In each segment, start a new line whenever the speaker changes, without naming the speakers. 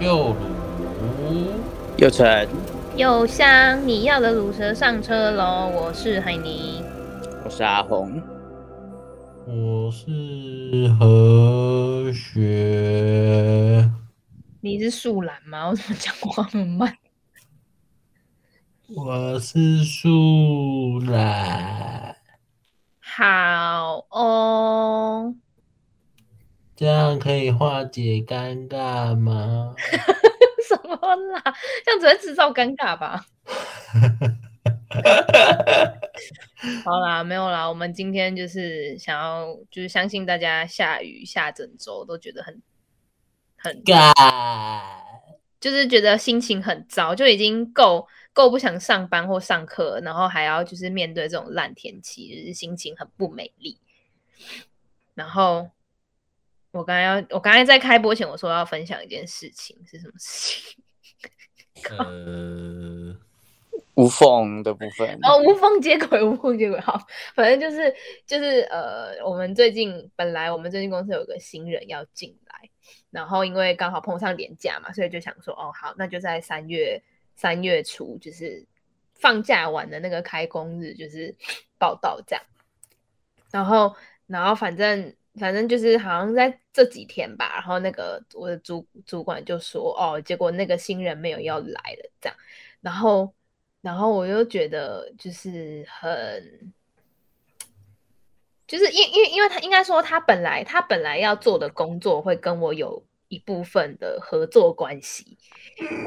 右鲁，
右城，
有香，你要的乳蛇上车喽！我是海尼，
我是阿红。
我是何学，
你是树懒吗？我怎么讲话那么慢？
我是树懒，
好哦，
这样可以化解尴尬吗？
什么啦？这样只会制造尴尬吧？好啦，没有啦，我们今天就是想要，就是相信大家下雨下整周都觉得很很
尬，
就是觉得心情很糟，就已经够够不想上班或上课，然后还要就是面对这种烂天气，就是心情很不美丽。然后我刚才要，我刚才在开播前我说要分享一件事情，是什么事情？
呃，
无缝的部分，
哦，无缝接轨，无缝接轨，好，反正就是就是呃，我们最近本来我们最近公司有个新人要进来，然后因为刚好碰上年假嘛，所以就想说，哦，好，那就在三月三月初，就是放假完的那个开工日，就是 报道这样。然后，然后反正反正就是好像在这几天吧，然后那个我的主主管就说，哦，结果那个新人没有要来了这样，然后然后我又觉得就是很。就是因因为因为他应该说他本来他本来要做的工作会跟我有一部分的合作关系，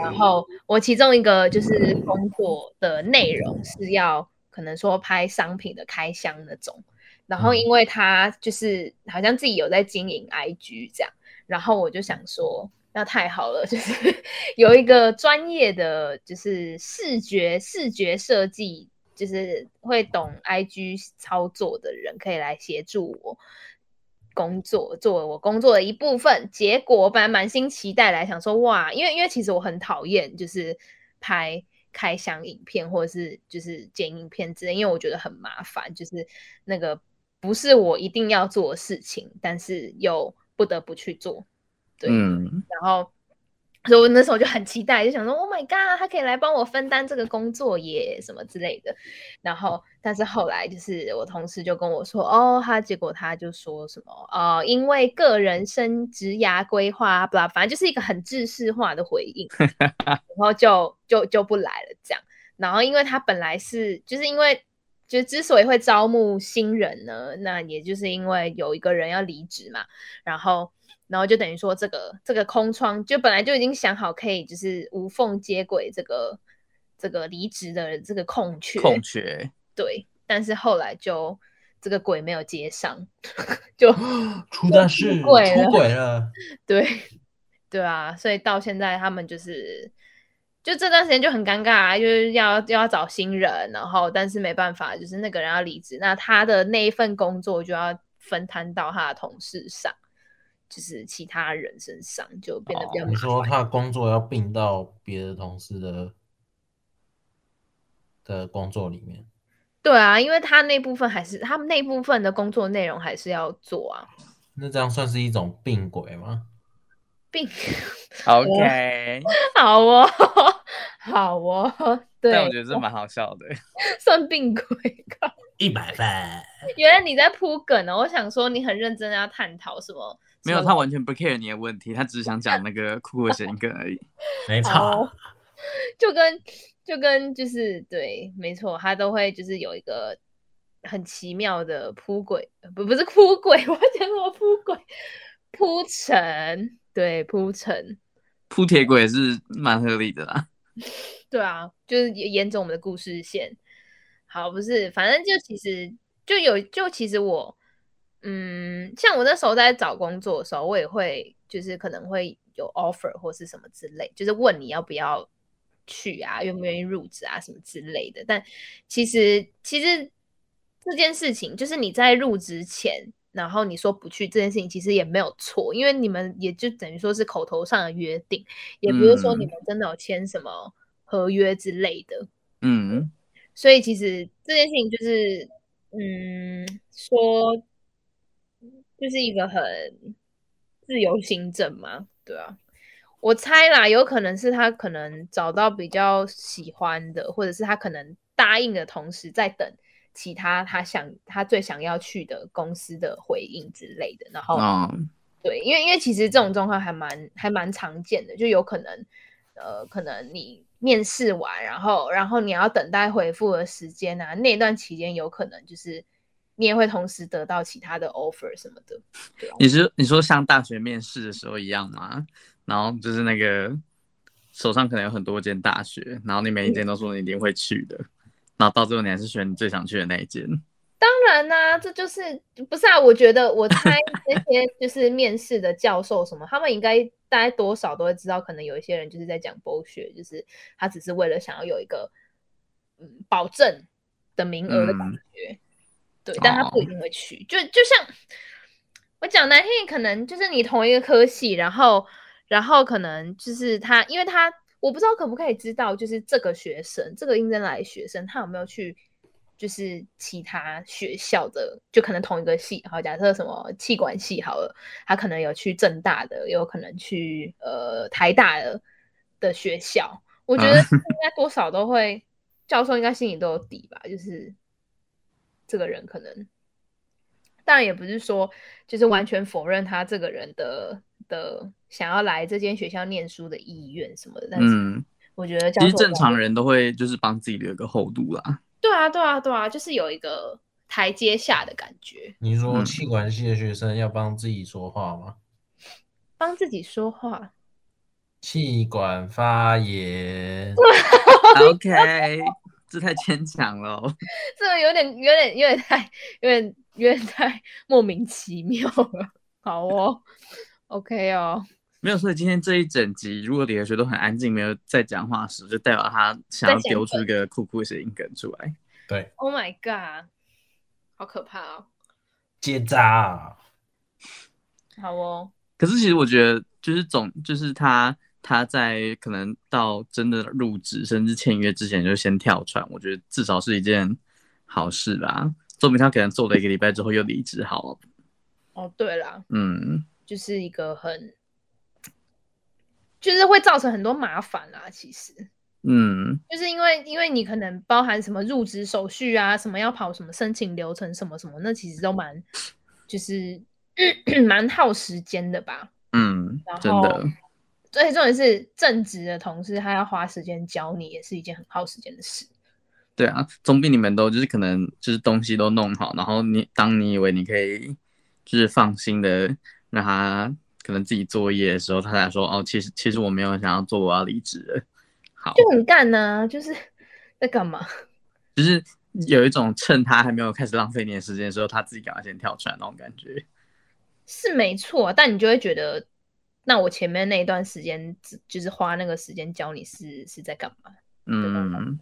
然后我其中一个就是工作的内容是要可能说拍商品的开箱那种，然后因为他就是好像自己有在经营 IG 这样，然后我就想说。那太好了， 就是有一个专业的，就是视觉视觉设计，就是会懂 IG 操作的人，可以来协助我工作，作为我工作的一部分。结果我本来满心期待来想说，哇，因为因为其实我很讨厌就是拍开箱影片或者是就是剪影片之类，因为我觉得很麻烦，就是那个不是我一定要做的事情，但是又不得不去做。对，
嗯，
然后，所以我那时候就很期待，就想说，Oh my god，他可以来帮我分担这个工作耶，什么之类的。然后，但是后来就是我同事就跟我说，哦，他结果他就说什么，呃，因为个人生职涯规划，不啦，反正就是一个很制式化的回应，然后就就就不来了这样。然后，因为他本来是，就是因为。就之所以会招募新人呢，那也就是因为有一个人要离职嘛，然后然后就等于说这个这个空窗，就本来就已经想好可以就是无缝接轨这个这个离职的这个空缺，
空 缺，
对，但是后来就这个鬼没有接上， 就
哦出大事，
出轨了
出轨了，
对 对啊，所以到现在他们就是。就这段时间就很尴尬、啊，就是要要找新人，然后但是没办法，就是那个人要离职，那他的那一份工作就要分摊到他的同事上，就是其他人身上，就变得比较
哦你
麻
说
烦。
他工作要并到别的同事的的工作里面，
对啊，因为他那部分还是他们那部分的工作内容还是要做啊，
那这样算是一种并轨吗？
并
OK，
好哦， 好哦， 对，
但我觉得这蛮好笑 的。
算病鬼。靠
一百分。
原来你在铺梗哦，我想说你很认真地要探讨什么？
没有，
什
他
么
完全不 care 你的问题，他只想讲那个酷酷的神梗 而已。
没
好
错，
哦 就跟就跟就是对，没错，他都会就是有一个很奇妙的铺轨，呃不不是铺轨， 我要讲什么铺轨？铺陈，对，铺陈，
铺铁轨也是蛮合理的啦。
对啊，就是也沿着我们的故事线。好，不是，反正就其实就有，就其实我，嗯，像我那时候在找工作的时候，我也会就是可能会有 offer 或是什么之类，就是问你要不要去啊，愿不愿意入职啊什么之类的。但其实其实这件事情，就是你在入职前。然后你说不去这件事情，其实也没有错，因为你们也就等于说是口头上的约定，也不是说你
嗯
们真的有签什么合约之类的。
嗯，
所以其实这件事情就是，嗯，说就是一个很自由行政嘛，对啊，我猜啦，有可能是他可能找到比较喜欢的，或者是他可能答应的同时在等其他他想他最想要去的公司的回应之类的。然后、
哦，
对，因为因为其实这种状况还蛮还蛮常见的，就有可能呃，可能你面试完，然后然后你要等待回复的时间啊，那段期间有可能就是你也会同时得到其他的 offer 什么的。
你是你说像大学面试的时候一样吗？然后就是那个手上可能有很多间大学，然后你每一间都说你一定会去的，然后到最后你还是选你最想去的那一间。
当然啦、这就是不是啊？我觉得我猜那些就是面试的教授什么，他们应该大家多少都会知道，可能有一些人就是在讲剥削，就是他只是为了想要有一个嗯保证的名额的感
嗯
觉，对，但他不一定会去。就就像我讲难听，可能就是你同一个科系，然后然后可能就是他，因为他我不知道可不可以知道，就是这个学生，这个应征来的学生，他有没有去就是其他学校的，就可能同一个系，好，假设什么气管系好了，他可能有去正大的，也有可能去呃台大的的学校，我觉
啊
得应该多少都会，教授应该心里都有底吧，就是这个人可能。当然也不是说就是完全否认他这个人的的想要来这间学校念书的意愿什么的，但是
嗯，
我觉得教
其实
授
正
应该
常人都会就是帮自己留一个厚度 啦。
对啊对啊对啊，就是有一个台阶下的感觉，
你说
嗯
气管系的学生要帮自己说话吗？
帮自己说话。
气管发 炎，
OK，这太牵强了哦。
这个有点、有点、有点太、有点、有点太莫名其妙了。 好哦，OK 哦，
没有，所以今天这一整集，如果李和学都很安静，没有在讲话时，就代表他想要
在讲
丢出一个酷酷的谐音梗出来。
对，
Oh my god，好可怕哦！
结扎，
好哦，
可是其实我觉得，就是总就是他他在可能到真的入职甚至签约之前就先跳船，我觉得至少是一件好事啦。说明他可能做了一个礼拜之后又离职，好了，
哦对啦，
嗯，
就是一个很，就是会造成很多麻烦啦。其实，
嗯，
就是因为因为你可能包含什么入职手续啊，什么要跑什么申请流程什么什么，那其实都蛮就是 蛮耗时间的吧。
嗯
然，后
真的，
而且重点是正职的同事，他要花时间教你，也是一件很耗时间的事。
对啊，总比你们都就是可能就是东西都弄好，然后你当你以为你可以就是放心的让他可能自己作业的时候，他才说哦，其实其实我没有想要做，我要离职了。好，
就很干呐、就是 在干嘛？
就是有一种趁他还没有开始浪费你的时间的时候，他自己赶快先跳出来那种感觉。
是没错啊，但你就会觉得，那我前面那一段时间只就是花那个时间教你是是在干嘛？
嗯，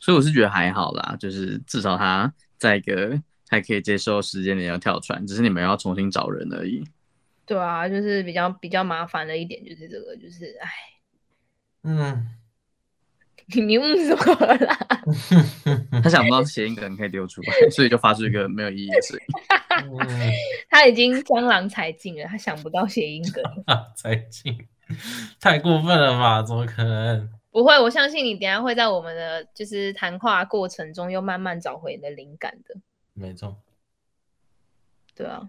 所以我是觉得还好啦，就是至少他在一个还可以接受时间点要跳船，只是你们要重新找人而已。
对啊，就是比较比较麻烦的一点就是这个，就是哎，
嗯，
你你问什么啦？
他想不到谐音梗可以丢出来，所以就发出一个没有意义的声音。
嗯
他已经江郎才尽了，他想不到谐音梗。
啊，再见，太过分了吧？怎么可能？
不会，我相信你，等一下会在我们的就是谈话过程中又慢慢找回你的灵感的。
没错，
对啊，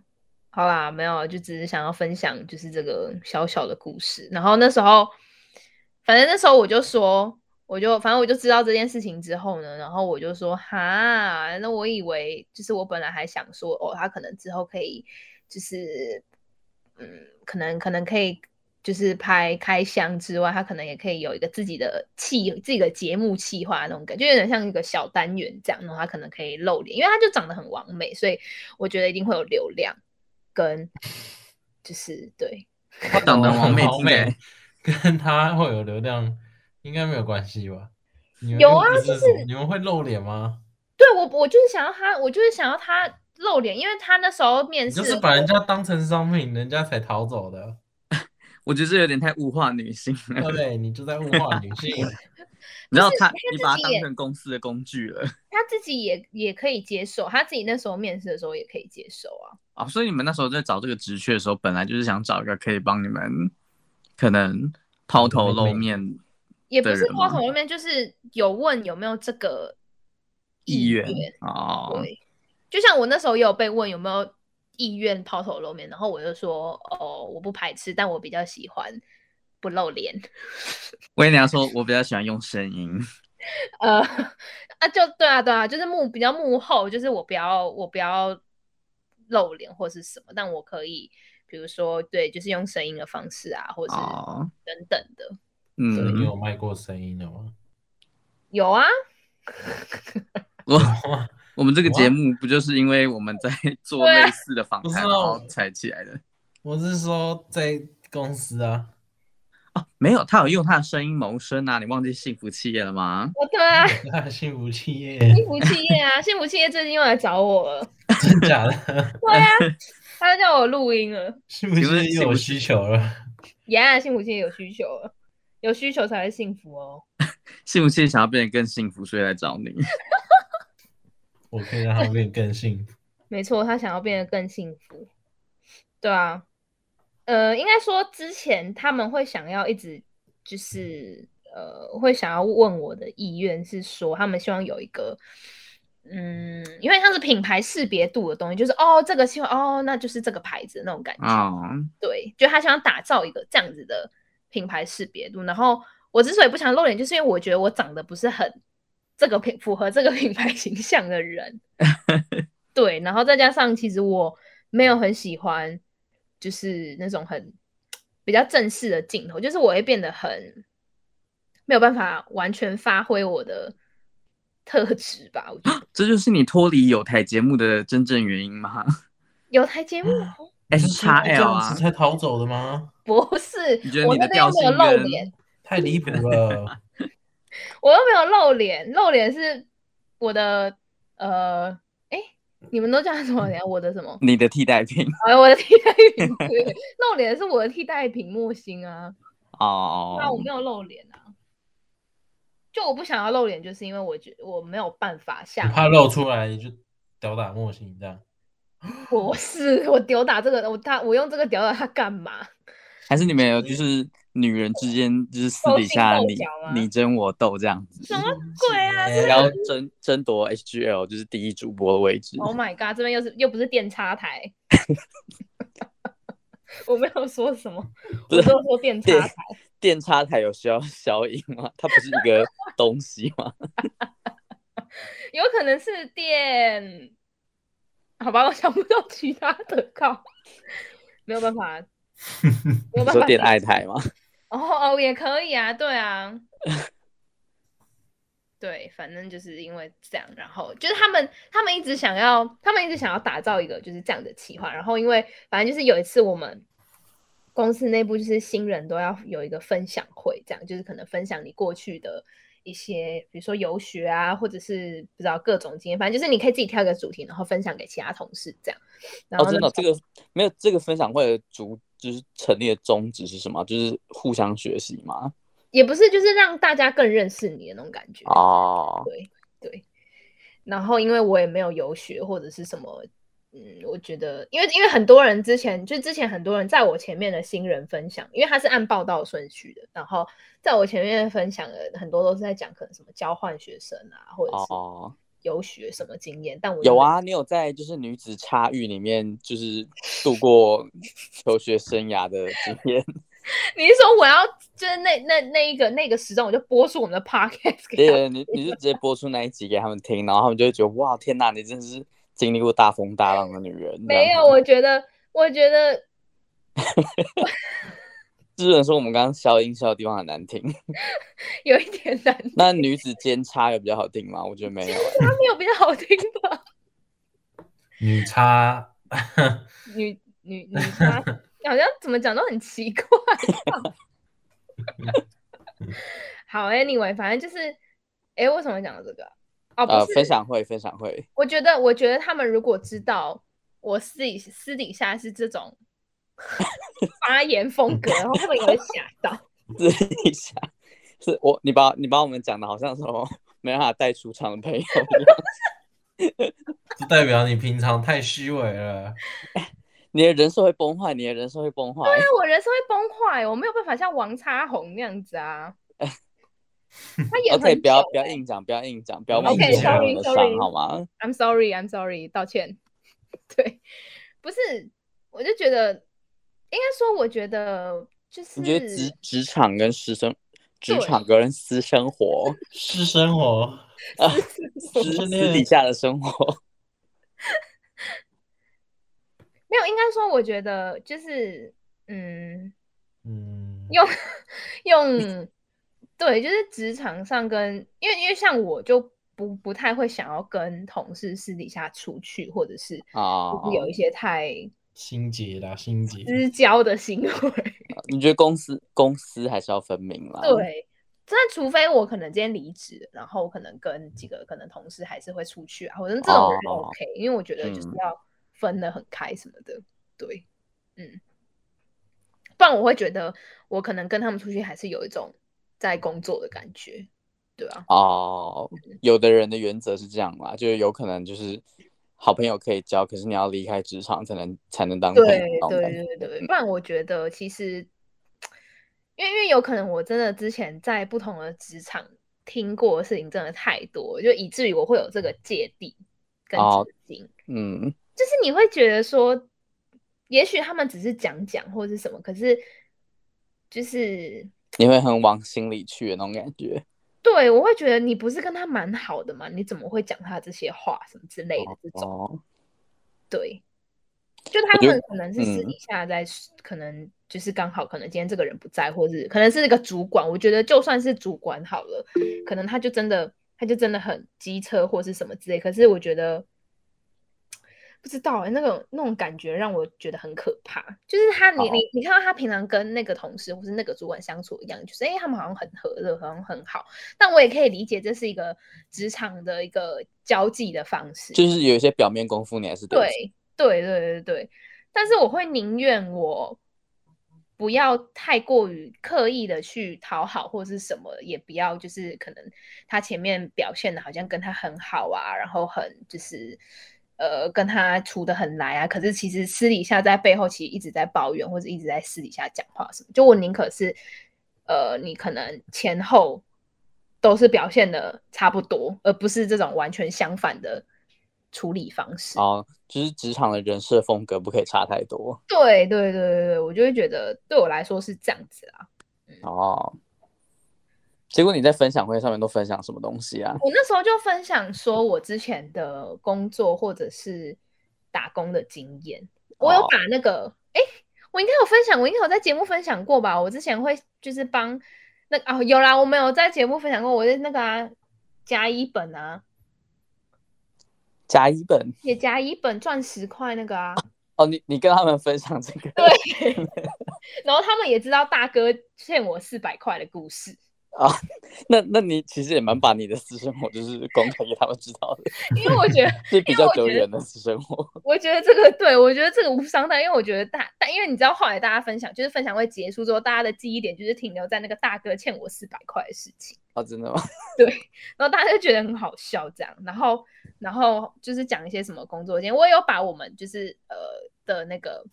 好啦，没有，啊就只是想要分享就是这个小小的故事。然后那时候，反正那时候我就说，我就反正我就知道这件事情之后呢，然后我就说，哈，那我以为就是我本来还想说，哦，他可能之后可以就是，嗯，可能可能可以。就是拍开箱之外，他可能也可以有一个自己的企自己的节目企划那种感觉，就有点像一个小单元这样。然后他可能可以露脸，因为他就长得很完美，所以我觉得一定会有流量跟就是对，
长得完美 听起来，
跟他会有流量应该没有关系吧？你们
有
又
啊
不是
就是
什么你们会露脸吗？
对我我就是想要他，我就是想要他露脸，因为他那时候面
你
试
就
的
是
时候，
把人家当成商品，人家才逃走的。
我觉得这有点太物化女性了。
对，你就在物化女性。
你知道他
不是，
你
他
把
自
他
己也
当成公司的工具了
他自己也也可以接受，他自己那时候面试的时候也可以接受啊。
啊、所以你们那时候在找这个职缺的时候，本来就是想找一个可以帮你们可能抛头露面
也不
的
是
人
抛
吗
头露面，就是有问有没有这个
意愿
愿。
哦，
对，就像我那时候也有被问有没有意愿抛头露面，然后我就说哦，我不排斥，但我比较喜欢不露脸。
我跟你讲说，我比较喜欢用声音，
呃， 啊，就对啊，对啊，就是幕比较幕后，就是我不要我不要露脸或是什么，但我可以，比如说对，就是用声音的方式啊，或者是
哦，
等等的。
所以你
嗯，
有卖过声音的吗？
有啊，
我我们这个节目不就是因为我们在做
对啊
类似的访
不是
谈，
啊
然后才起来的？
我是说在公司啊，
哦，没有，他有用他的声音谋生啊！你忘记幸福企业了吗？
哦对啊，
嗯幸福企业，
幸福企业啊，幸福企业最近又来找我了，
真假的？
对啊，他就叫我录音了，
幸福企业又有需求了，
呀、幸福企业有需求了，有需求才会幸福哦。
幸福企业想要变得更幸福，所以来找你。
我可以让他们变得更幸福。
没错，他想要变得更幸福。对啊，呃，应该说之前他们会想要一直就是呃，会想要问我的意愿是说，他们希望有一个嗯，因为像是品牌识别度的东西，就是哦，这个希望哦，那就是这个牌子的那种感觉。
哦，
对，就他想打造一个这样子的品牌识别度。然后我之所以不想露脸，就是因为我觉得我长得不是很这个品符合这个品牌形象 的人。对，然后再加上其实我没有很喜欢，就是那种很比较正式的镜头，就是我会变得很没有办法完全发挥我的特质吧。我觉 得
这就是你脱离有台节目的真正原因吗
有台节目嗯
就是
？S 叉
这
L
样
啊
子，才逃走的吗？
不是
你觉，得
我
你的
那个
调
又没有
性
露
跟
脸。
太离谱了！
我又没有露脸，露脸是我的呃，哎，你们都叫它
嗯
什么呀？我的什么？
你的替代品
哎，我的替代品，对露脸是我的替代品，莫欣啊，
哦
对啊，我没有露脸啊。就我不想要露脸，就是因为我觉我没有办法
你
像
怕露出来就屌打莫心这样，
我是我屌打这个，我他我用这个屌打他干嘛？
还是你们
嗯
有就是女人之间就是私底下
斗心斗
你
角吗
你争我斗这样子，
啊 什么鬼啊
哎
然后争争夺 HGL 就是第一主播的位置。
？Oh my god，这边又是又不是电 插台， 我没有说什么，
不
我
是
只有说电插
电
台。
电插台有需要 消音吗？它不是一 个东西吗？
有可能是电，好吧，我想不到其他的，靠，没有办法，没有
你
办
说
法。
电爱台吗？
哦哦，也可以啊，对啊，对，反正就是因为这样，然后就是他们他们一直想要，他们一直想要打造一个就是这样的企划，然后因为反正就是有一次我们。公司内部就是新人都要有一个分享会，这样就是可能分享你过去的一些，比如说游学啊，或者是不知道各种经验，反正就是你可以自己挑一个主题，然后分享给其他同事这样。然
哦，
后
真
呢，
的，这个没有这个分享会的主就是成立的宗旨是什么？就是互相学习嘛。
也不是就是让大家更认识你的那种感觉。
哦，
对对。然后因为我也没有游学或者是什么，嗯，我觉得因为因为很多人之前就之前很多人在我前面的新人分享，因为他是按报道顺序的，然后在我前面分享的很多都是在讲可能什么交换学生啊，或者是
哦，
游学什么经验，但我就
有
没
啊，你有在就是女子差域里面就是度过求学生涯的经 验，
你是说我要就是那那那一个那个时段，我就播出我们的 podcast 给他们
对，你你就直接播出那一集给他们听，然后他们就会觉得哇，天哪，你真是经历过大风大浪的女人。
没有，
我，
我觉得我觉得
只能说我们刚刚消音消的地方很难听。
有一点难，
那女子间差有比较好听吗？我觉得没有欸、
他没有比较好听吧？
女 叉，
女女女差，好像怎么讲都很奇怪。啊好，anyway，反正就是，哎，为什么讲到这个啊？哦，不
呃，
是，
分享会，分享会，
我觉得，我觉得他们如果知道我私底私底下是 这种发言风格，然后他们也会吓到。
试一下。是我，你把你把我们讲的好像什么没办法带出场的朋友一样。
就代表你平常太虚伪了。
你的人设会崩坏，你的人设会崩坏。
对啊，我人生会崩坏，我没有办法像王差红那样子 啊。他演
OK，
很
哦不要
久
不要硬讲，不要硬讲，不要往
OK，
自己的
sorry，
人
sorry
上好吗？
I'm sorry, I'm sorry，道歉。 对，不是，我就觉得，应该说，我觉得就是
你觉得职职场跟私生，职
对
场跟私生 活，
私生活，
私
是那
私底
个
下的生活，
没有，应该说，我觉得就是，嗯，
嗯，
用用，对，就是职场上跟，因为因为像我就不不太会想要跟同事私底下出去，或者是
啊
就是有一些太
心结啦，心结，
私交的行为。
你觉得公司公司还是要分明啦？，
对，真的，除非我可能今天离职，然后可能跟几个可能同事还是会出去啊，我觉得这种人就
哦
OK，、因为我觉得就是
嗯
要分得很开什么的，对，嗯，不然我会觉得我可能跟他们出去还是有一种在工作的感觉，对啊，
哦，有的人的原则是这样啦，就是有可能就是好朋友可以交，可是你要离开职场才能才能当朋友
对
那种感觉。嗯
对对对，不然我觉得其实，因为因为有可能我真的之前在不同的职场听过的事情真的太多，就以至于我会有这个芥蒂跟
嗯哦
戒心。
嗯，
就是你会觉得说，也许他们只是讲讲或者是什么，可是就是
你会很往心里去的那种感觉。
对我会觉得你不是跟他蛮好的嘛，你怎么会讲他这些话什么之类的这种？
哦，
对，就
我
他
觉
们
得
可能是私
嗯
底下在，可能就是刚好可能今天这个人不在，或是可能是那个主管，我觉得就算是主管好了，可能他就真的他就真的很机车或是什么之类，可是我觉得。不知道、欸、那种那种感觉让我觉得很可怕，就是他你你你看到他平常跟那个同事或是那个主管相处一样，就是哎、欸他们好像很和乐，好像很好，但我也可以理解这是一个职场的一个交际的方式，
就是有一些表面功夫你还是得做
对对对对对，但是我会宁愿我不要太过于刻意的去讨好或是什么，也不要就是可能他前面表现的好像跟他很好啊，然后很就是呃跟他处的很来啊，可是其实私底下在背后其实一直在抱怨或者一直在私底下讲话什么，就我宁可是呃你可能前后。都是表现的差不多，而不是这种完全相反的处理方式。
哦，就是职场的人设风格不可以差太多
对对对对对，我就会觉得对我来说是这样子啊。
哦。结果你在分享会上面都分享什么东西啊？
我那时候就分享说我之前的工作或者是打工的经验，我有
哦
把那个哎、诶我应该有分享，我应该有在节目分享过吧？我之前会就是帮那哦有啦，我没有在节目分享过，我在那个啊加一本啊，
甲乙本
也加一本赚十块那个啊，
哦，你你跟他们分享这个
对，然后他们也知道大哥欠我四百块的故事。
啊、那那你其实也蛮把你的私生活就是公开给他们知道的，
因为我觉得，
是比
因为
较
我
久
觉得
远的私生活。
我觉得这个对我觉得这个无伤大，因为我觉得大，但因为你知道后来大家分享，就是分享会结束之后，大家的记忆点就是停留在那个大哥欠我四百块的事情，
哦，真的吗？
然后大家就觉得很好笑这样，然后然后就是讲一些什么工作经验，我也有把我们就是呃的那个，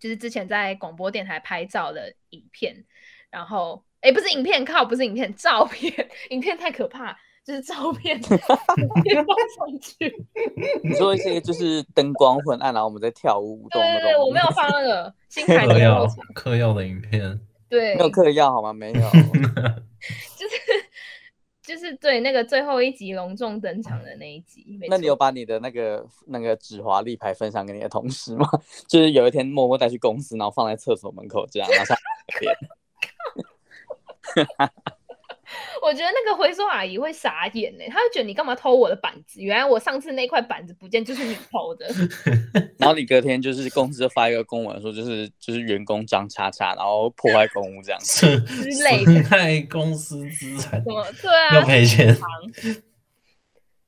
就是之前在广播电台拍照的影片，然后诶不是影片靠，不是影片，照片，影片太可怕，就是照片也放上去。
你说一些就是灯光昏暗，然后我们在跳舞舞动
对
那种，
对对，我没有放那个新台
嗑
的
药
过程，
嗑药的影片，
对，
没有嗑药好吗？没 有。
就是就是对那个最后一集隆重登场的那一集，没
那你
错
有把你的那个那个指华立牌分享给你的同事吗？ 就是有一天默默带去公司，然后放在厕所门口这样，然后下
我觉得那个回收阿姨会傻眼呢、她会觉得你干嘛偷我的板子？原来我上次那块板子不见就是你偷的，
然后你隔天就是公司就发一个公文说，就是就是员工张叉叉，然后破坏公务这样子。
损
类的
损害公司资产
什，么对啊，
要赔钱。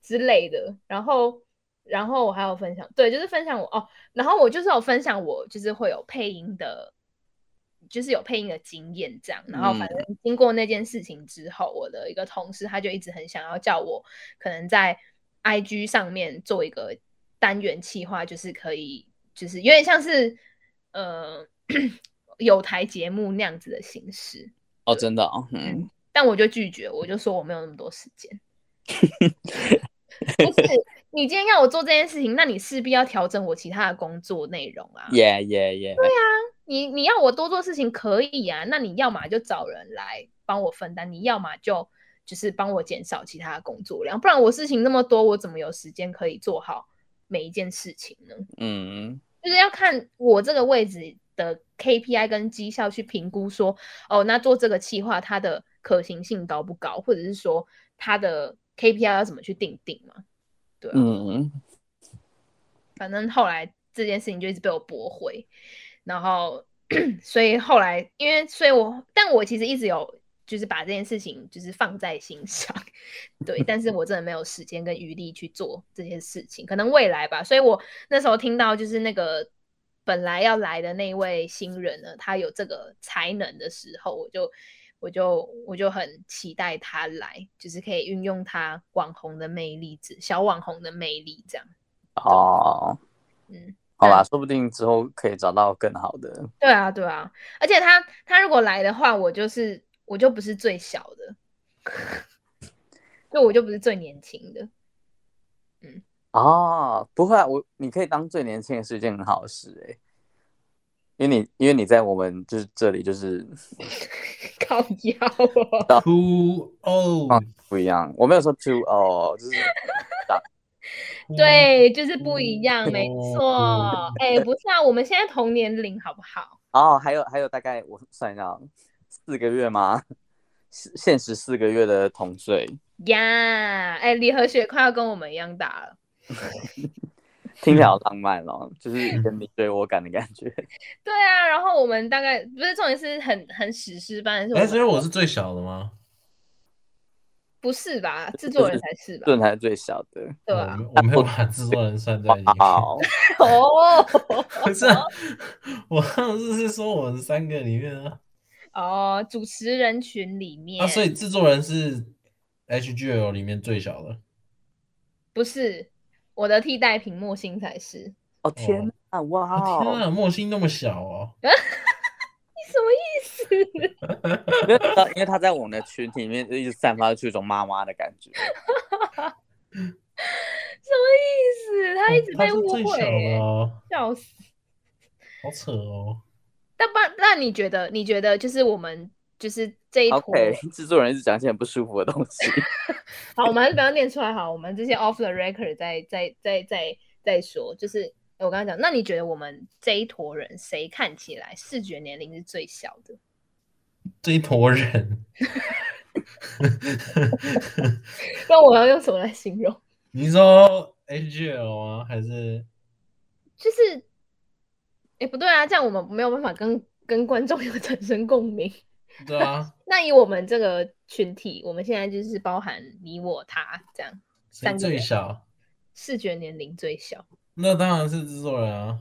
之类的。然后，然后我还有分享，对，就是分享我哦，然后我就是有分享我就是会有配音的，就是有配音的经验这样。然后反正经过那件事情之后，我的一个同事他就一直很想要叫我，可能在 IG 上面做一个单元企划，就是可以。就是有点像是呃 有台节目那样子的形式，
哦，真的哦，嗯，
但我就拒绝，我就说我没有那么多时间。不是你今天要我做这件事情，那你势必要调整我其他的工作内容啊。
耶耶耶，对啊，
你你要我多做事情可以啊，那你要么就找人来帮我分担，你要么就就是帮我减少其他的工作量，不然我事情那么多，我怎么有时间可以做好每一件事情呢？
嗯，
就是要看我这个位置的 KPI 跟绩效去评估说，哦，那做这个企划它的可行性高不高，或者是说它的 KPI 要怎么去定定嘛？对、啊，
嗯，
反正后来这件事情就一直被我驳回，然后 所以后来因为所以我但我其实一直有就是把这件事情就是放在心上，对，但是我真的没有时间跟余力去做这些事情，可能未来吧。所以我那时候听到就是那个本来要来的那位新人呢，他有这个才能的时候，我就。我就我就很期待他来，就是可以运用他网红的魅力，只小网红的魅力这样。
哦，
嗯，
好啦，说不定之后可以找到更好的，
对啊，对啊，而且他他如果来的话，我就是我就不是最小的，就我就不是最年轻的。
哦，不会啊，我你可以当最年轻的是一件很好的事哎、因为你因为你在我们就是这里就是
靠腰哦，
Too old，
啊不一样，我没有说 too 哦，就是
对，就是不一样，
嗯
没
哦
错。哎、不是啊，我们现在同年龄好不好？
哦，还有还有大概我算一下，哦四个月吗？是限时四个月的同岁，
呀，哎，李和雪快要跟我们一样大了。
听起来好浪漫哦，就是
嗯
一个你追我赶的感觉。
对啊，然后我们大概不是重点是很很史诗般，是我
哎，
们
所以我是最小的吗？
不是吧？制作人才是吧？
盾才是最小的，
对啊吧？
我我没有把制作人算在里面。
好，
哦
不是啊， 我上次是说我们三个里面啊，
哦，主持人群里面，
啊，所以制作人是 HGL 里面最小的。
不是我的替代品莫欣才是，你
哦天啊，哇
啊天
哦！
啊，莫星那么小哦，
什么意思？
因为他因为他在我们的群体里面一直散发出一种妈妈的感觉，
什么意思？啊他一直
哦
被
是
误
最
会
小的
欸、
哦，
笑死。
好扯哦。
那不然，那你觉得？你觉得就是我们就是这一坨
OK，制作人一直讲一些很不舒服的东西。
好，我们还是不要念出来好，我们这些 off the record 再再再再再说。就是我刚刚讲，那你觉得我们这一坨人谁看起来视觉年龄是最小的？
这一坨人，
那我要用什么来形容？
你说 HGL 吗？还是
就是，哎、不对啊，这样我们没有办法跟跟观众有产生共鸣。
对啊？
那以我们这个群体，我们现在就是包含你我他这样，
谁
三个
最
人
小？
视觉年龄最小。
那当然是制作人啊，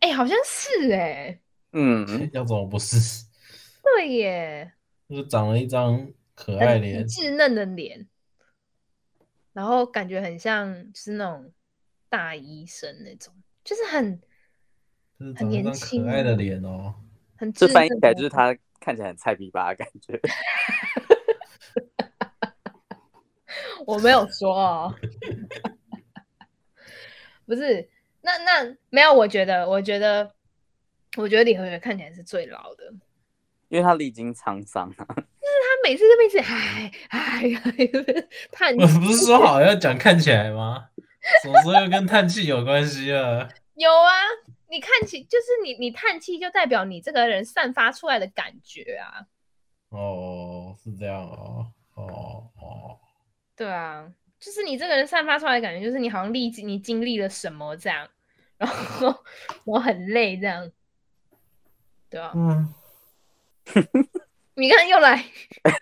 哎、好像是哎、
嗯，
要怎么不是？
对耶，
就长了一张可爱
很
脸，
稚嫩的脸，然后感觉很像就是那种大医生那种，就是很
就是
很
长了一
年
张
轻
可爱的脸哦。
很
这
稚
翻译起
嫩哦
来
的
就是他看起来很菜逼吧的感觉。
我没有说哦， 不是，那那没有，我觉得，我觉得，我觉得李和源看起来是最老的。
因为他历经沧桑啊，
他每次都一直唉唉唉 叹
我
气，
呃不是说好要讲看起来吗？什么时候又跟叹气有关系了？
有啊，你看起就是你你叹气就代表你这个人散发出来的感觉啊，
哦，是这样哦，哦哦，
对啊，就是你这个人散发出来的感觉，就是你好像历经你经历了什么这样，然后我很累这样，对啊，
嗯，
你看又来。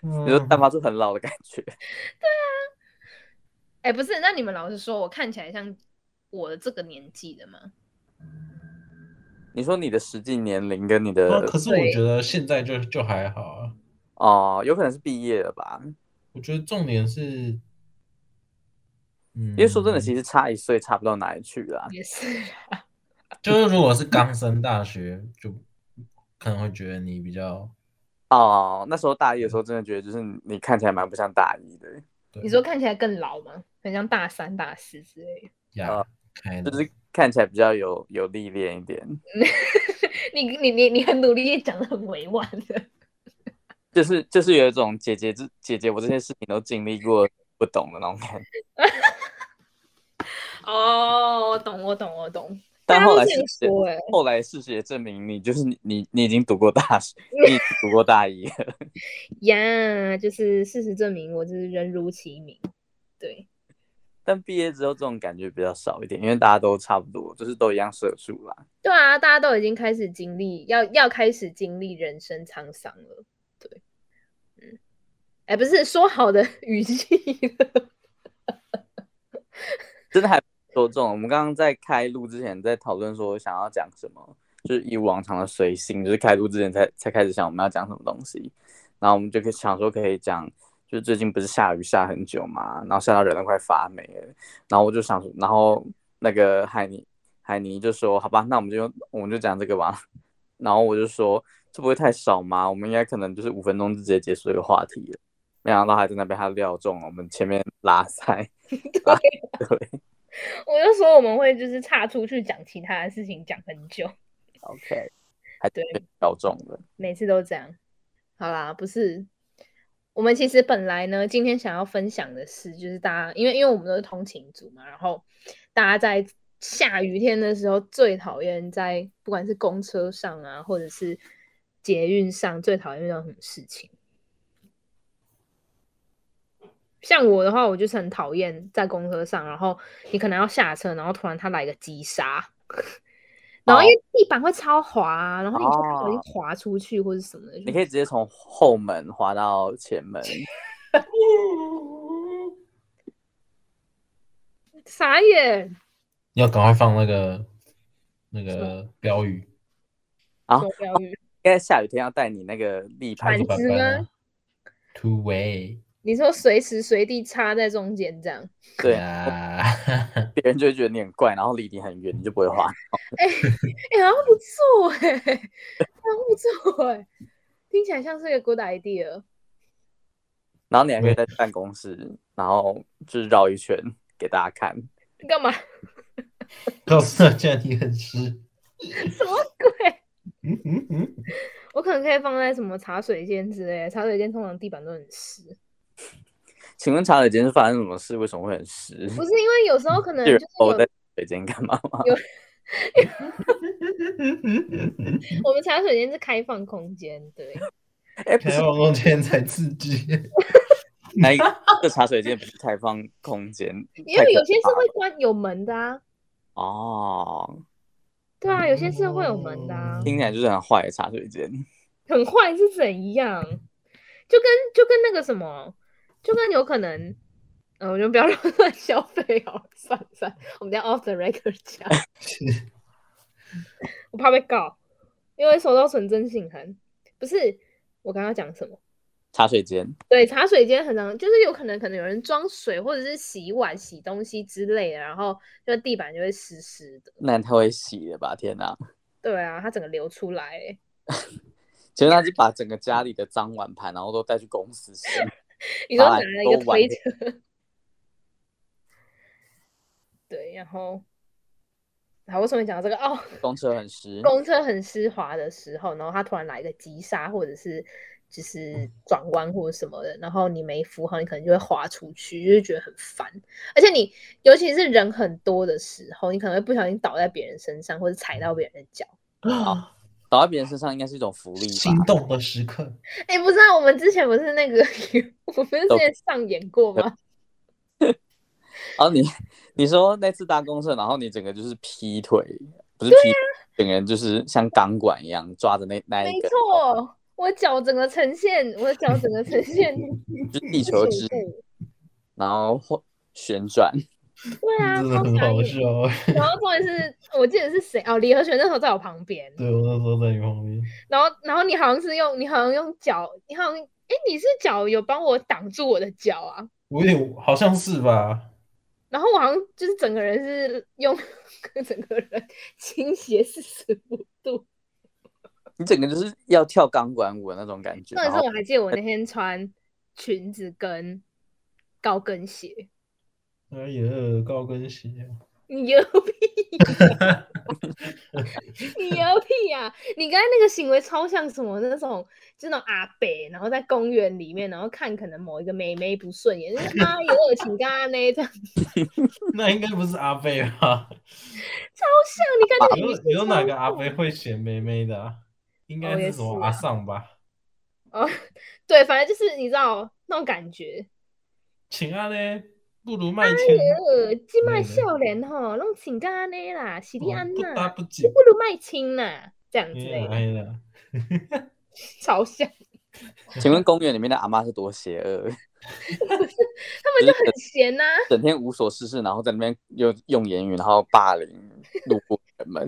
你
你就
哦
散发出很老的感觉。
哎、不是，那你们老实说，我看起来像我这个年纪的吗？
你说你的实际年龄跟你的
啊可是我觉得现在就就还好啊。
哦，有可能是毕业了吧？
我觉得重点是，嗯，
因为说真的，其实差一岁差不到哪里去啦。
也是啦
就是如果是刚升大学，就可能会觉得你比较
哦，那时候大一的时候，真的觉得就是你看起来蛮不像大一的，
对
你说看起来更老吗？很像大三、大四之类的。
呀
呃
开
就
朗，
是看起来比较有有历练一点。
你你你你很努力，讲的很委婉的。
就是就是有一种姐姐这姐姐我这些事情都经历过，不懂的那种感觉。
哦，我懂，我懂，我懂。
但
大家
后
都
来
这
事
样
实
说哎
后来事实也证明你，就是你你你已经读过大学，你已经读过大一了，
呀就是事实证明我就是人如其名。对，
但毕业之后这种感觉比较少一点，因为大家都差不多，就是都一样社畜啦。
对啊，大家都已经开始经历，要要开始经历人生沧桑了。对，嗯，哎，不是说好的 语气了
真的还说这种，我们刚刚在开录之前在讨论说想要讲什么，就是一如往常的随性，就是开录之前才才开始想我们要讲什么东西，然后我们就可以想说可以讲，就是最近不是下雨下很久嘛，然后下到人都快发霉了，然后我就想说，然后那个海尼海尼就说好吧，那我们就用我们就讲这个吧，然后我就说这不会太少吗？我们应该可能就是五分钟就直接结束这个话题了，没想到还在那边他料中了我们前面拉塞，啊对。
我就说我们会就是岔出去讲其他的事情，讲很久，
OK，还
对
挺小众的。
每次都这样。好啦，不是，我们其实本来呢，今天想要分享的是，就是大家因为因为我们都是通勤族嘛，然后大家在下雨天的时候最讨厌在不管是公车上啊，或者是捷运上，最讨厌遇到什么事情。像我的话，我就是很讨厌在公车上，然后你可能要下车，然后突然他来个急刹， 然后因为地板会超滑啊、然后你就不小心
哦
滑出去或者什么的，
你可以直接从后门滑到前门，
傻眼。
要赶快放那个那
什
个标语，
好啊
什么标语？
应该下雨天要带你那个立
还
牌
是
板
子
板
子
板
吗
啊？Two way，
你说随时随地插在中间这样？
对，
啊呀，
别人就会觉得你很怪，然后离你很远，你就不会滑。
哎、好像不错哎、好像不错哎、听起来像是一个 good idea。
然后你还可以在办公室，然后就是绕一圈给大家看。
你干嘛？
告诉大家你很湿。
什么鬼？
嗯嗯嗯，
我可能可以放在什么茶水间之类的，茶水间通常地板都很湿，
请问茶水间是发生什么事？为什么会很湿？
不是因为有时候可能
有
就
人
是
我
有
在水间干嘛 吗？
我们茶水间是开放空间， 对，
哎，不
开
是，
放空间才刺激。
哎，这茶水间不是开放空间，
因
太可
为有些是
怕了
会关有门的啊，
哦，
对啊，有些是会有门的啊。
听起来就是很坏的茶水间。
很坏是怎样？就跟就跟那个什么，就跟有可能，呃，我就不要乱乱消费好了，算了算了，我们等一下 off the record 讲，我怕被告，因为收到纯真信函。不是，我刚刚讲什么？
茶水间，
对，茶水间很常，就是有可能可能有人装水或者是洗碗、洗东西之类的，然后就地板就会湿湿的。
那他会洗的吧？天哪！
对啊，它整个流出来、欸。
其实他是把整个家里的脏碗盘，然后都带去公司 洗。
你说
好
拿
啦
了
啊都
一个
玩
推
了
车， 对，然后，好，为什么讲到这个？哦，
公车很湿，
公车很湿滑的时候，然后他突然来一个急刹，或者是
嗯
就是转弯或者什么的，然后你没扶好，你可能就会滑出去，就会觉得很烦。而且你尤其是人很多的时候，你可能会不小心倒在别人身上，或者踩
嗯
到别人的脚。
倒在别人身上应该是一种福利
心
吧？
动的时刻，
哎，不知道我们之前不是那个， 我们之
都
前上演过吗？
然后你 你说那次搭公车，然后你整个就是劈腿，不是
啊
劈，整个人就是像钢管一样抓着那那一
没
个，哦
错，我脚整个呈现，我脚整个呈 现
就是地球之
水部，
然后或旋转，
对啊，
真的
超
很
傻
好
眼。
笑。啊
然后重点是，我记得是谁哦，李和璇那时候在我旁边，
对我那时候在你旁边，
然后然后你好像是用你好像用脚，你好像哎你是脚有帮我挡住我的脚啊？
我有点好像是吧？
然后我好像就是整个人是用 整个人倾斜四十五度，
你整个就是要跳钢管舞的那种感觉。
重点
然
是
后呃
我还记得我那天穿裙子跟高跟鞋，
哎呀，高跟鞋，
你有屁、 呀你有屁呀、你刚才那个行为超像什么那种，就那种阿北，然后在公园里面，然后看可能某一个妹妹不顺眼，就是阿姨热情跟阿内这样，超
那应该不是阿贝 吧？
像。哎你看那个
有
女
啊有
生
哪个阿贝会选妹妹的啊？应该
哦也
是什么
是
阿
啊
尚吧？
哦，对，反正就是你知道那种感觉，
请安呢，不如卖钱，
呃，即卖
对对
笑脸吼，弄请假安尼啦，是
嗯
你
哦
安
不搭
呐，
不
你
紧
不。如卖亲呐，这样之类
哎
的，
呀，
超像。
请问公园里面的阿妈是多邪恶？
他们就很闲呐、
整天无所事事，然后在那边又用言语，然后霸凌路过人们。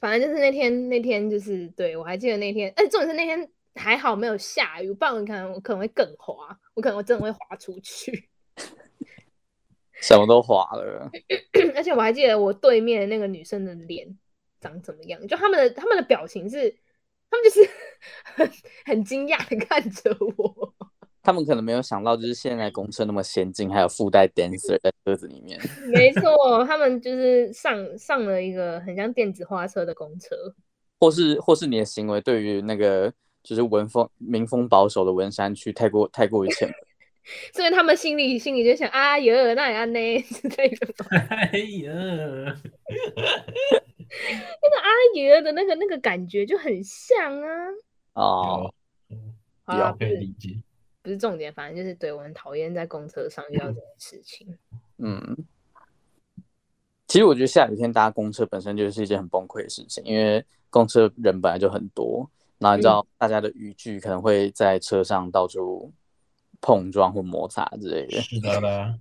反正就是那天，那天就是对我还记得那天，哎，重点是那天还好没有下雨，不然我可能我可能会更滑，我可能我真的会滑出去。
什么都滑了，
而且我还记得我对面的那个女生的脸长怎么样，就他们的他们的表情是，他们就是很很惊讶的看着我。
他们可能没有想到，就是现在公车那么先进，还有附带 dancer 在车子里面。
没错，他们就是上上了一个很像电子花车的公车。
或是或是你的行为对于那个就是文风民风保守的文山区太过太过于浅薄，
所以他们心里心里就想啊，哟，那也 安呢之类的吧。
哎呀，
那个阿爷的那个那个感觉就很像啊。
哦，
好啦
有
不
可以
是
理解。
啊不是重点，反正就是对我很讨厌在公车上遇到这种事情。
嗯。其实我觉得下雨天搭公车本身就是一件很崩溃的事情，因为公车人本来就很多，然后你知道大家的语句可能会在车上到处碰撞或摩擦之类的。
是的啦，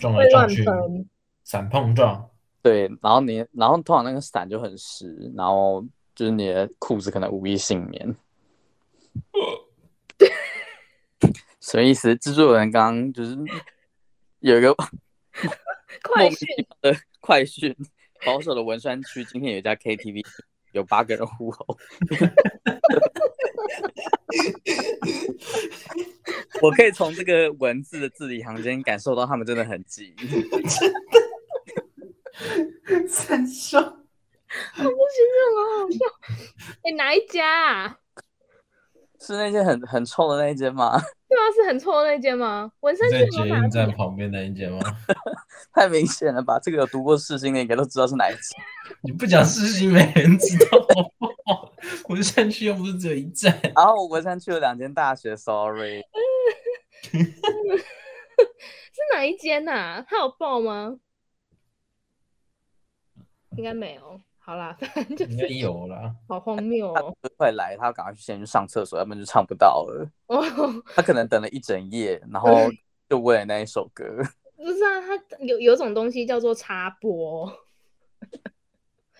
撞
会
来撞
乱
去，
喷，
闪碰撞，
对，然后你，然后通常那个伞就很湿，然后就是你的裤子可能无一幸免。什么意思？制作人刚刚就是有一个 莫
快
名
训！
其妙的快讯，保守的文山区今天有一家 KTV 有八个人互殴。我可以从这个文字的字里行间感受到他们真的很急。
三笑。
我不行，这种好好笑。哎、哪一家啊？
是那间很很臭的那一间吗？
对啊，是很错的那间吗？纹身
在
区
捷
好哪
运
里啊
站旁边那一间吗？
太明显了吧！这个有读过世新的应该都知道是哪一间。
你不讲事情，没人知道好不好？文山区又不是只有一站，
然后我文山去了两间大学，sorry，
是哪一间呐、啊？他有报吗？应该没有。好啦， 反正就
应该
是
有啦。
好荒 谬哦。
快来，他要赶快去先去上厕所，要不然就唱不到了。
哦，
他可能等了一整夜，然后就为了那一首歌。
不是啊，他有有种东西叫做插播，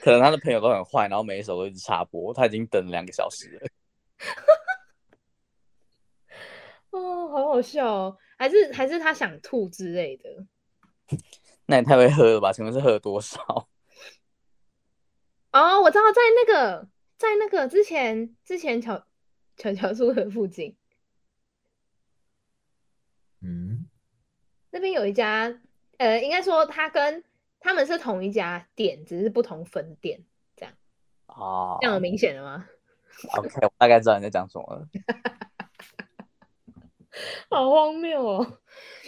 可能他的朋友都很坏，然后每一首都一直插播，他已经等了两个小时了。
哦，好好笑哦。还是还是他想吐之类的。
那也太会喝了吧？请问是喝了多少？
哦，我知道，在那个，在那个之前之前巧巧巧树的附近
嗯，
那边有一家，呃，应该说他跟他们是同一家店，只是不同分店，
啊
这样有明显了吗？
，OK，我大概知道你在讲什么了。
好荒谬哦！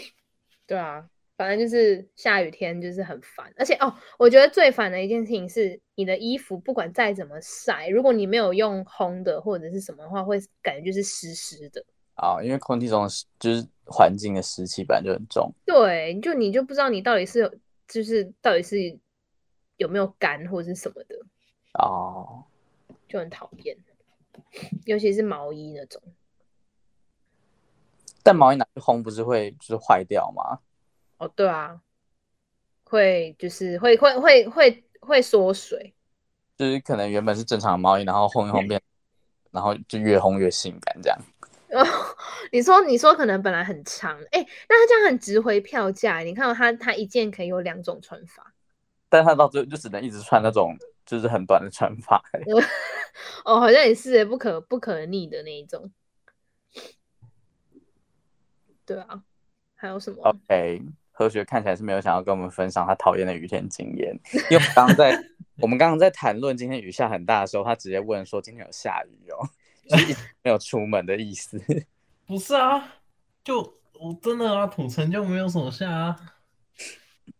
对啊，反正就是下雨天就是很烦，而且哦，我觉得最烦的一件事情是，你的衣服不管再怎么晒，如果你没有用烘的或者是什么的话，会感觉就是湿湿的。
啊，因为空气中的湿就是环境的湿气本来就很重。
对，就你就不知道你到底是有，就是到底是有没有干或是什么的，
哦，
就很讨厌。尤其是毛衣那种，
但毛衣拿去烘不是会就是坏掉吗？
哦，对啊，会就是会会会会会缩水，
就是可能原本是正常的毛衣，然后烘一烘变，然后就越烘越性感这样。
哦你说，你说可能本来很长，哎，那它这样很值回票价。欸你看到它，它一件可以有两种穿法。
但他到最后就只能一直穿那种就是很短的穿法、
哦，好像也是欸不可不可逆的那一种。对啊，还有什么？
哦 OK，何学看起来是没有想要跟我们分享他讨厌的雨天经验，因为我们刚刚在我们刚刚在谈论今天雨下很大的时候，他直接问说今天有下雨哦，就是一直没有出门的意思。
不是啊，就我真的啊，土城就没有什么下啊。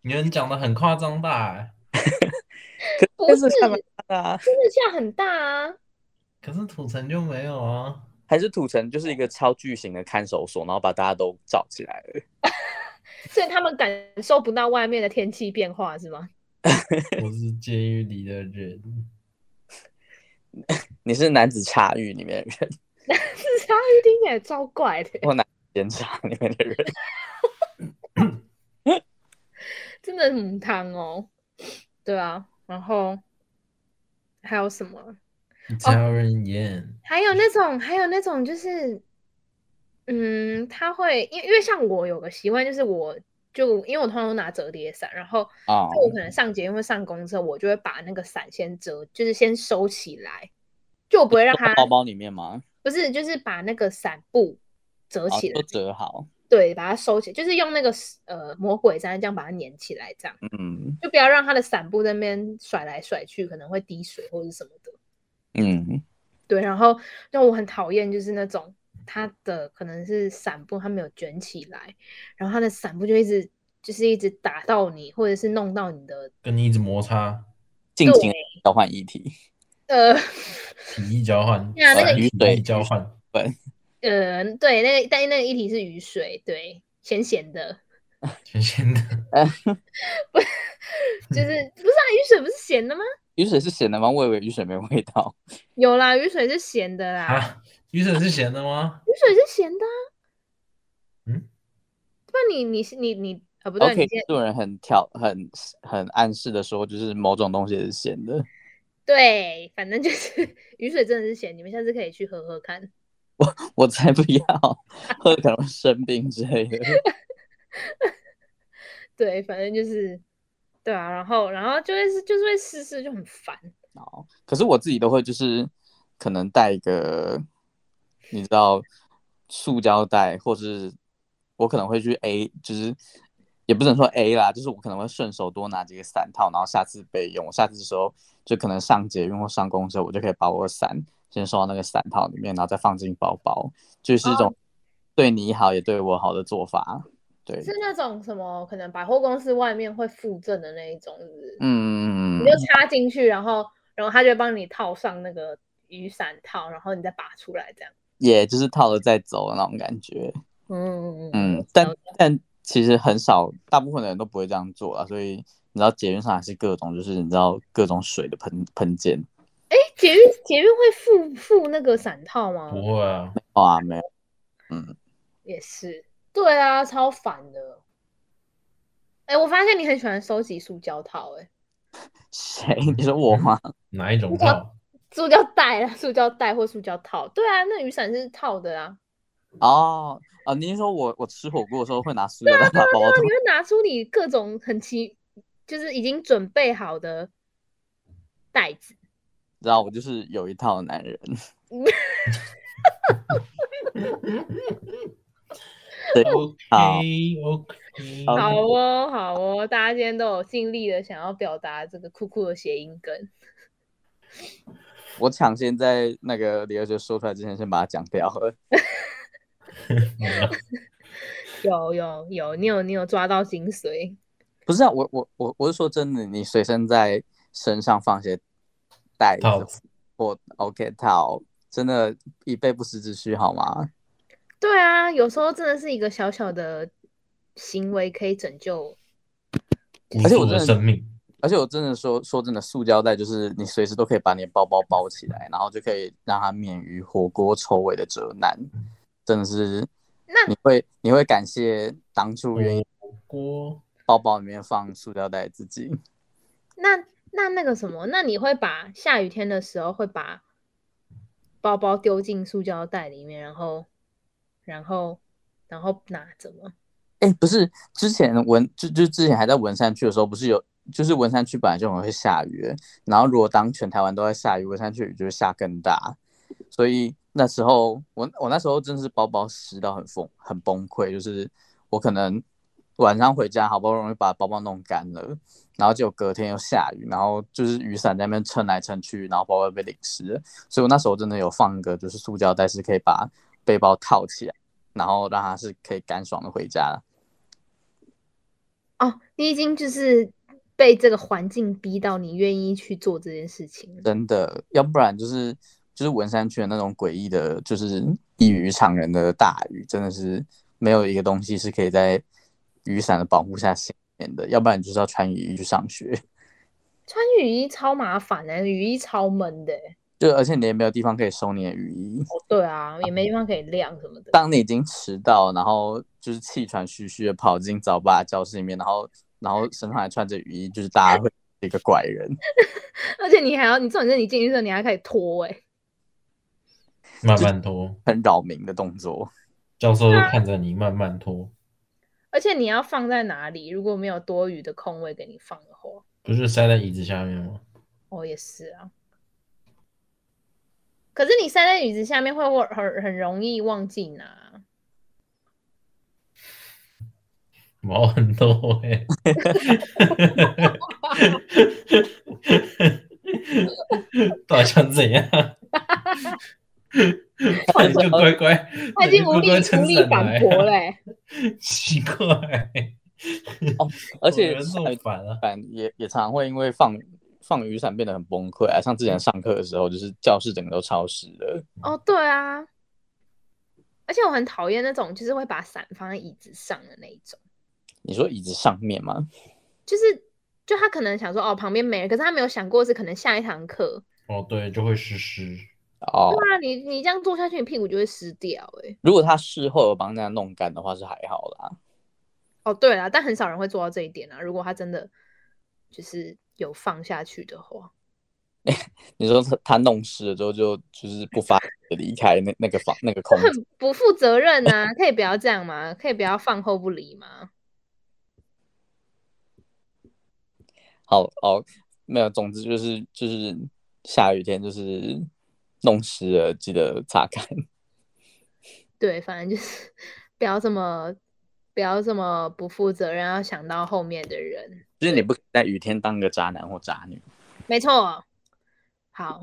你们讲的很夸张大、欸，
不
但
是，
是下蛮
真
大 啊，
的下很大啊。
可是土城就没有啊。
还是土城就是一个超巨型的看守所，然后把大家都罩起来了。
所以他们感受不到外面的天气变化是吗？
我是监狱里的人，
你是男子茶狱里面的 人，
是鲨鱼听起来超怪的，
或男子监察里面的人。
真的很汤哦。对啊，然后还有什么？哦
家人演。
还有那种，还有那种就是，嗯，他会因为因为像我有个习惯，就是我就因为我通常都拿折叠伞，然后
哦
就我可能上捷运或上公车，我就会把那个伞先折，就是先收起来，就我不会让 它
包包里面吗？
不是就是把那个伞布折
哦
起，来
都，折好。
对，把它收起来，就是用那个呃魔鬼毡这样把它粘起来，这样
嗯
就不要让它的伞布在那边甩来甩去，可能会滴水或者是什么的。
嗯，
对，然后那我很讨厌就是那种它的可能是伞布它没有卷起来，然后它的伞布就一直就是一直打到你，或者是弄到你的
跟你一直摩擦，
尽情地交换议题。
呃
体力交换，
对啊那个
体
雨水
力交换，
呃对，那个但那个议题是雨水，对，咸咸的，
咸咸的。
就是不是啊？雨水不是咸的吗？
雨水是咸的吗？我以为雨水没味道。
有啦，雨水是咸 的啦，
啊，雨水是咸的吗？
雨水是咸的、啊。
嗯，
不然你你是你你啊不对
OK，
你先
制作人很挑很很暗示的说，就是某种东西是咸的。
对，反正就是 雨水真的是咸，你们下次可以去喝喝看。
我才不要， 喝可能会生病之类的。
对，反正就是，对啊，然后然后就会是就是会湿湿就很烦，
哦，可是我自己都会就是可能带一个，你知道，塑胶袋，或是我可能会去 A，就是也不能说 A 啦，就是我可能会顺手多拿几个伞套，然后下次备用。我下次的时候就可能上捷运或上公车，我就可以把我的伞先收到那个伞套里面，然后再放进包包，就是一种对你好也对我好的做法。对，
是那种什么可能百货公司外面会附赠的那一种，是不是
嗯，
你就插进去，然后然后他就会帮你套上那个雨伞套，然后你再拔出来这样。
也就是套了再走的那种感觉。
嗯
嗯，但
了解
但其实很少，大部分的人都不会这样做啊。所以你知道，捷运上还是各种，就是你知道各种水的喷喷溅。
捷运捷运会附附那个伞套吗？
不会啊，
哇，没有，嗯
也是，对啊，超烦的。哎、我发现你很喜欢收集塑胶套、哎，
谁？ 你说我吗？
哪一种套？
塑胶袋啊，塑胶袋或塑胶套，对啊，那雨伞是套的啊。
哦哦，你是说我我吃火锅的时候会拿塑料袋把包包
那
装
你？会拿出你各种很奇，就是已经准备好的袋子，
然后我就是有一套的男人。 对，好
OK OK，
好
好哦，好哦，大家今天都有尽力的想要表达这个酷酷的谐音梗，
我抢先在那个李二哲说出来之前，先把它讲掉了。
有有有，你有你有抓到精髓，
不是啊，我我我我是说真的，你随身在身上放些袋
套
子或 OK 套，真的以备不时之需，好吗？
对啊，有时候真的是一个小小的行为可以拯救，
无
而且
数
我
的
真的
生命，
而且我真的说说真的，塑胶袋就是你随时都可以把你的包包包起来，然后就可以让它免于火锅臭味的折难。真的是，
那
你会你会感谢当初愿意
火锅
包包里面放塑胶袋的自己。
那那那个什么，那你会把下雨天的时候会把包包丢进塑胶袋里面，然后然后然后拿着吗？
哎、不是，之前文就就之前还在文山区的时候，不是有就是文山区本来就很会下雨，然后如果当全台湾都在下雨，文山区雨就会下更大，所以那时候我我那时候真的是包包湿到很疯很崩溃，就是我可能晚上回家好不容易把包包弄干了，然后结果隔天又下雨，然后就是雨伞在那边撑来撑去，然后包包被淋湿了，所以我那时候真的有放一个就是塑胶袋，是可以把背包套起来。然后让它是可以干爽的回家的，
哦，你已经就是被这个环境逼到你愿意去做这件事情了。
真的，要不然就是就是文山区的那种诡异的，就是异于常人的大雨，真的是没有一个东西是可以在雨伞的保护下幸免的，要不然你就是要穿雨衣去上学，
穿雨衣超麻烦的、雨衣超闷的欸、
就而且你也没有地方可以收你的雨衣。
哦，对啊，也没地方可以晾什么的。
当你已经迟到，然后就是气喘吁吁的跑进早八教室里面，然后然后身上还穿着雨衣，就是大家会一个怪人。
而且你还要，你重点是你进去之后你还可以脱哎、
慢慢拖，
很扰民的动作。
教授就
啊
看着你慢慢拖，
而且你要放在哪里？如果没有多余的空位给你放的话，
不是塞在椅子下面吗？
哦，也是啊。可是你塞在椅子下面会会很很容易忘记拿，
毛很多哎、到底想怎 样？那你就乖乖，
啊他已经无
你就乖
力
乖撑
无力
伞来
反
啊
驳欸嘞、
奇怪、
而且
有人这么烦啊！
反也也常会因为放放雨伞变得很崩溃啊。像之前上课的时候，就是教室整个都超湿的。
哦，对啊。而且我很讨厌那种就是会把伞放在椅子上的那一种，
你说椅子上面吗？
就是就他可能想说哦旁边没人，可是他没有想过是可能下一堂课
哦，对，就会湿湿。
哦，
对啊，你你这样坐下去，你屁股就会湿掉哎、欸。
如果他事后有帮大家弄干的话，是还好啦。
哦，对啦，但很少人会做到这一点啊。如果他真的就是有放下去的话，
你说他他弄湿了之后就，就是不发离开那那个房那个空间，
很不负责任啊！可以不要这样吗？可以不要放后不理吗？
好哦，没有，总之就是就是下雨天就是弄湿了，记得擦干。
对，反正就是不要这么不要这么不负责任，要想到后面的人。
就是你不可以在雨天当个渣男或渣女。
没错，好，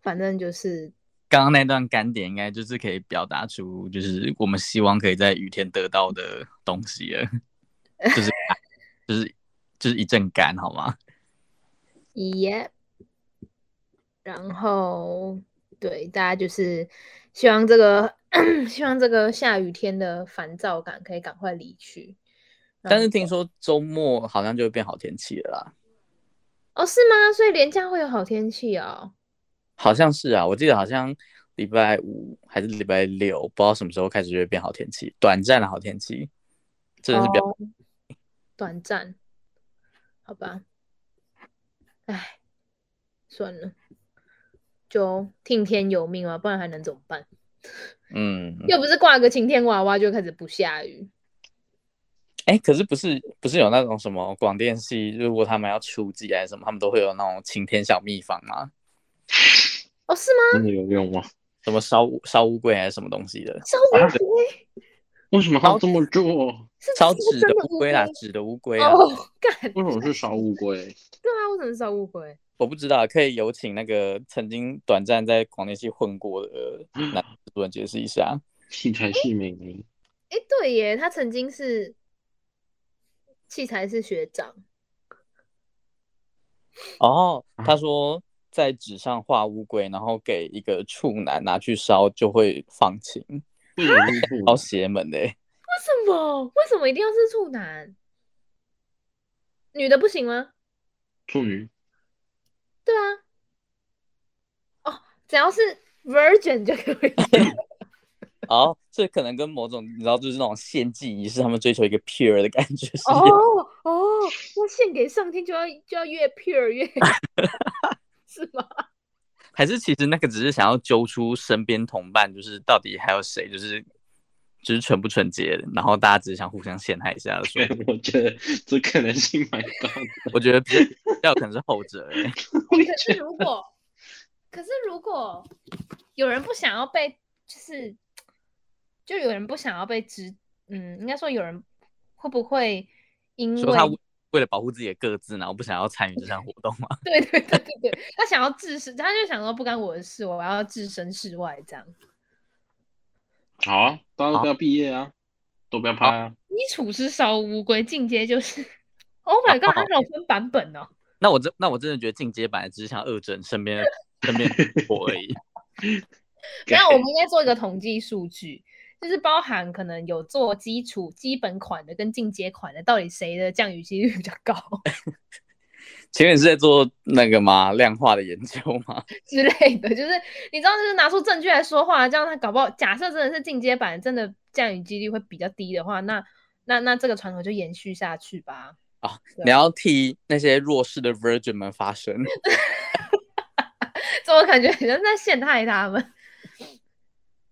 反正就是
刚刚那段干点应该就是可以表达出，就是我们希望可以在雨天得到的东西了，就是就是就是一阵干，好吗？
耶。然后对大家就是希望这个 希望这个下雨天的烦躁感可以赶快离去。
但是听说周末好像就会变好天气了啦，
哦，是吗？所以连假会有好天气哦。
好像是啊，我记得好像礼拜五还是礼拜六，不知道什么时候开始就会变好天气，短暂的好天气，真的是比较、
哦短暂，好吧。唉，算了，就听天由命吧，不然还能怎么办？
嗯，
又不是挂个晴天娃娃就开始不下雨。
哎、可是不是不是有那种什么广电系，如果他们要出季还是什么，他们都会有那种晴天小秘方吗？
哦，是吗？
真的有用吗？
什么烧乌烧乌龟还是什么东西的？
烧
啊
乌龟
为什么要这么做？
是
烧
是
纸
真
的
的
乌龟啦，纸的乌龟啊，
哦，干，
为什么是烧 乌龟？
对啊，为什么是烧乌龟？
我不知道，可以有请那个曾经短暂在广电系混过的呃男制作人解释一下。
器材系美名
哎，对耶，他曾经是器材是学长，
哦，他说在纸上画乌龟，然后给一个处男拿去烧，就会放晴，
为什么是
嗯
兔
好邪门的欸、
为什么？为什么一定要是处男？女的不行吗？
处女？
对啊，哦，只要是 virgin 就 可以。
哦，这可能跟某种你知道，就是那种献祭仪式，他们追求一个 pure 的感觉是一样。
哦哦，那献给上天就要就要越 pure 越，是吗？
还是其实那个只是想要揪出身边同伴，就是到底还有谁就是就是纯不纯洁，然后大家只是想互相陷害一下的说，
我觉得这可能性蛮高 的。
我觉得比较比较可能是后者、欸，
可是如果，可是如果有人不想要被，就是就有人不想要被知，嗯，应该说有人会不会因为
说他为为了保护自己的各自，然后不想要参与这项活动嘛？
对对对对对，他想要置身，他就想说不干我的事，我要置身事外这样。
好啊，大家都要毕业啊，都不要拍啊。
基础是烧乌龟，进阶就是 ，Oh my god，
好
它有分版本哦。
那我真那我真的觉得进阶版只是想恶整身边的身边的我而已。
没有，我们应该做一个统计数据，就是包含可能有做基础基本款的跟进阶款的，到底谁的降雨几率比较高
前面是在做那个嘛量化的研究嘛？
之类的。就是你知道，就是拿出证据来说话，这样他搞不好，假设真的是进阶版，真的降雨几率会比较低的话，那那那这个传统就延续下去吧。对
啊
啊
你要替那些弱势的 virgin 们发声。
怎么感觉你在陷害他们？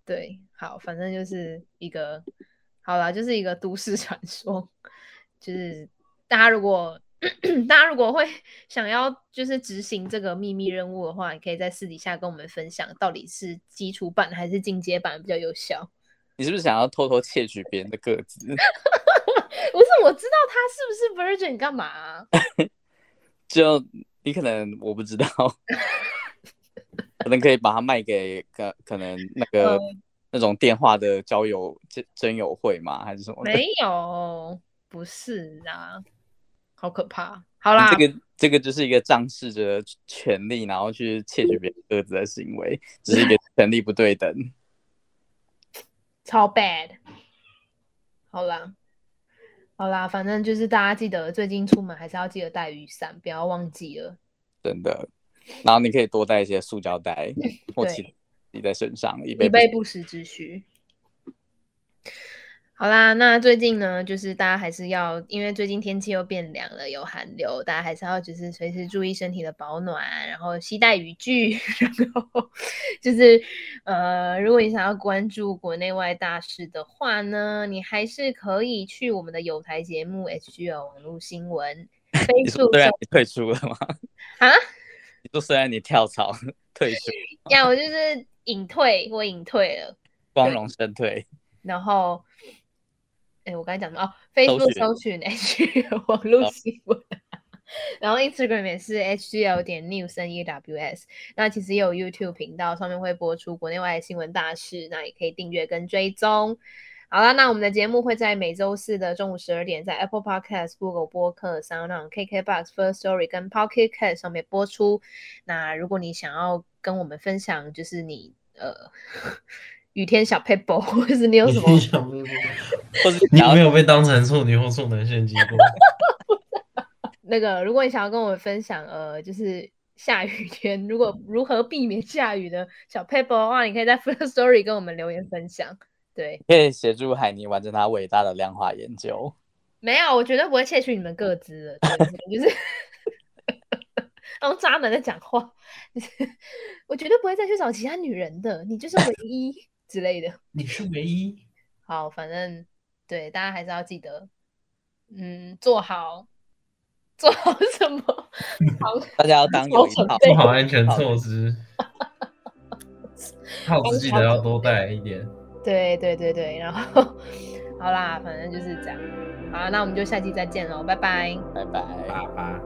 对，好，反正就是一个，好啦，就是一个都市传说， 就是大家如果 大家如果会想要就是执行这个秘密任务的话，你可以在私底下跟我们分享，到底是基础版还是进阶版比较有效？
你是不是想要偷偷窃取别人的个子？
不是，我知道他是不是 virgin 干嘛啊、
就你可能我不知道，可能可以把它卖给可可能那个、那种电话的交友真真友会嘛，还是什么的？
没有，不是啊，好可怕。好啦，
这个这个就是一个仗势着权利，然后去窃取别人个子的行为，只是一个权利不对等。
超 bad。好啦，好啦，反正就是大家记得最近出门还是要记得带雨伞，不要忘记了。
真的。然后你可以多带一些塑胶袋或其他你在身上，以
以
备不
备不时之需。好啦，那最近呢，就是大家还是要，因为最近天气又变凉了，有寒流，大家还是要就是随时注意身体的保暖，然后携带雨具， 然后就是呃，如果你想要关注国内外大事的话呢，你还是可以去我们的有台节目 HGL 网络新闻飞
你说
速
虽然
搜
你退出了吗？
啊。
你说虽然你跳槽 退出，
呀，我就是隐退，我隐退了。
光荣身退，
然后，哎，我刚才讲的哦，Facebook
搜
搜寻 哦 HGL 网络
好
新闻， 然后 Instagram 也是 HGL 点 news n e w s。那其实也有 YouTube 频道，上面会播出国内外的新闻大事，那也可以订阅跟追踪。好啦，那我们的节目会在每周四的中午十二点，在 Apple Podcast、Google 播客、SoundOn、KKBox、First Story 跟 Pocket Cast 上面播出。那如果你想要跟我们分享，就是你呃 雨天小 paper，或者是你有什么
你想被
或是
你有
然后
没有被当成处女或处男献祭过？
那个，如果你想要跟我们分享，呃，就是下雨天如果如何避免下雨的小 paper 的话，你可以在 First Story 跟我们留言分享。对，
可以协助海尼完成他伟大的量化研究。
没有，我绝对不会窃取你们各自的，对就是 当渣男在讲话，就是我绝对不会再去找其他女人的，你就是唯一之类的。
你是唯一，
好，反正对大家还是要记得，嗯，做好做好什么？ 好。
大家要当有
我
一
准
套，
备
做好安全措施， 套子记得要多带一点。
对对对对，然后 好啦，反正就是这样。好，那我们就下期再见喽，拜拜。
拜拜。
爸爸。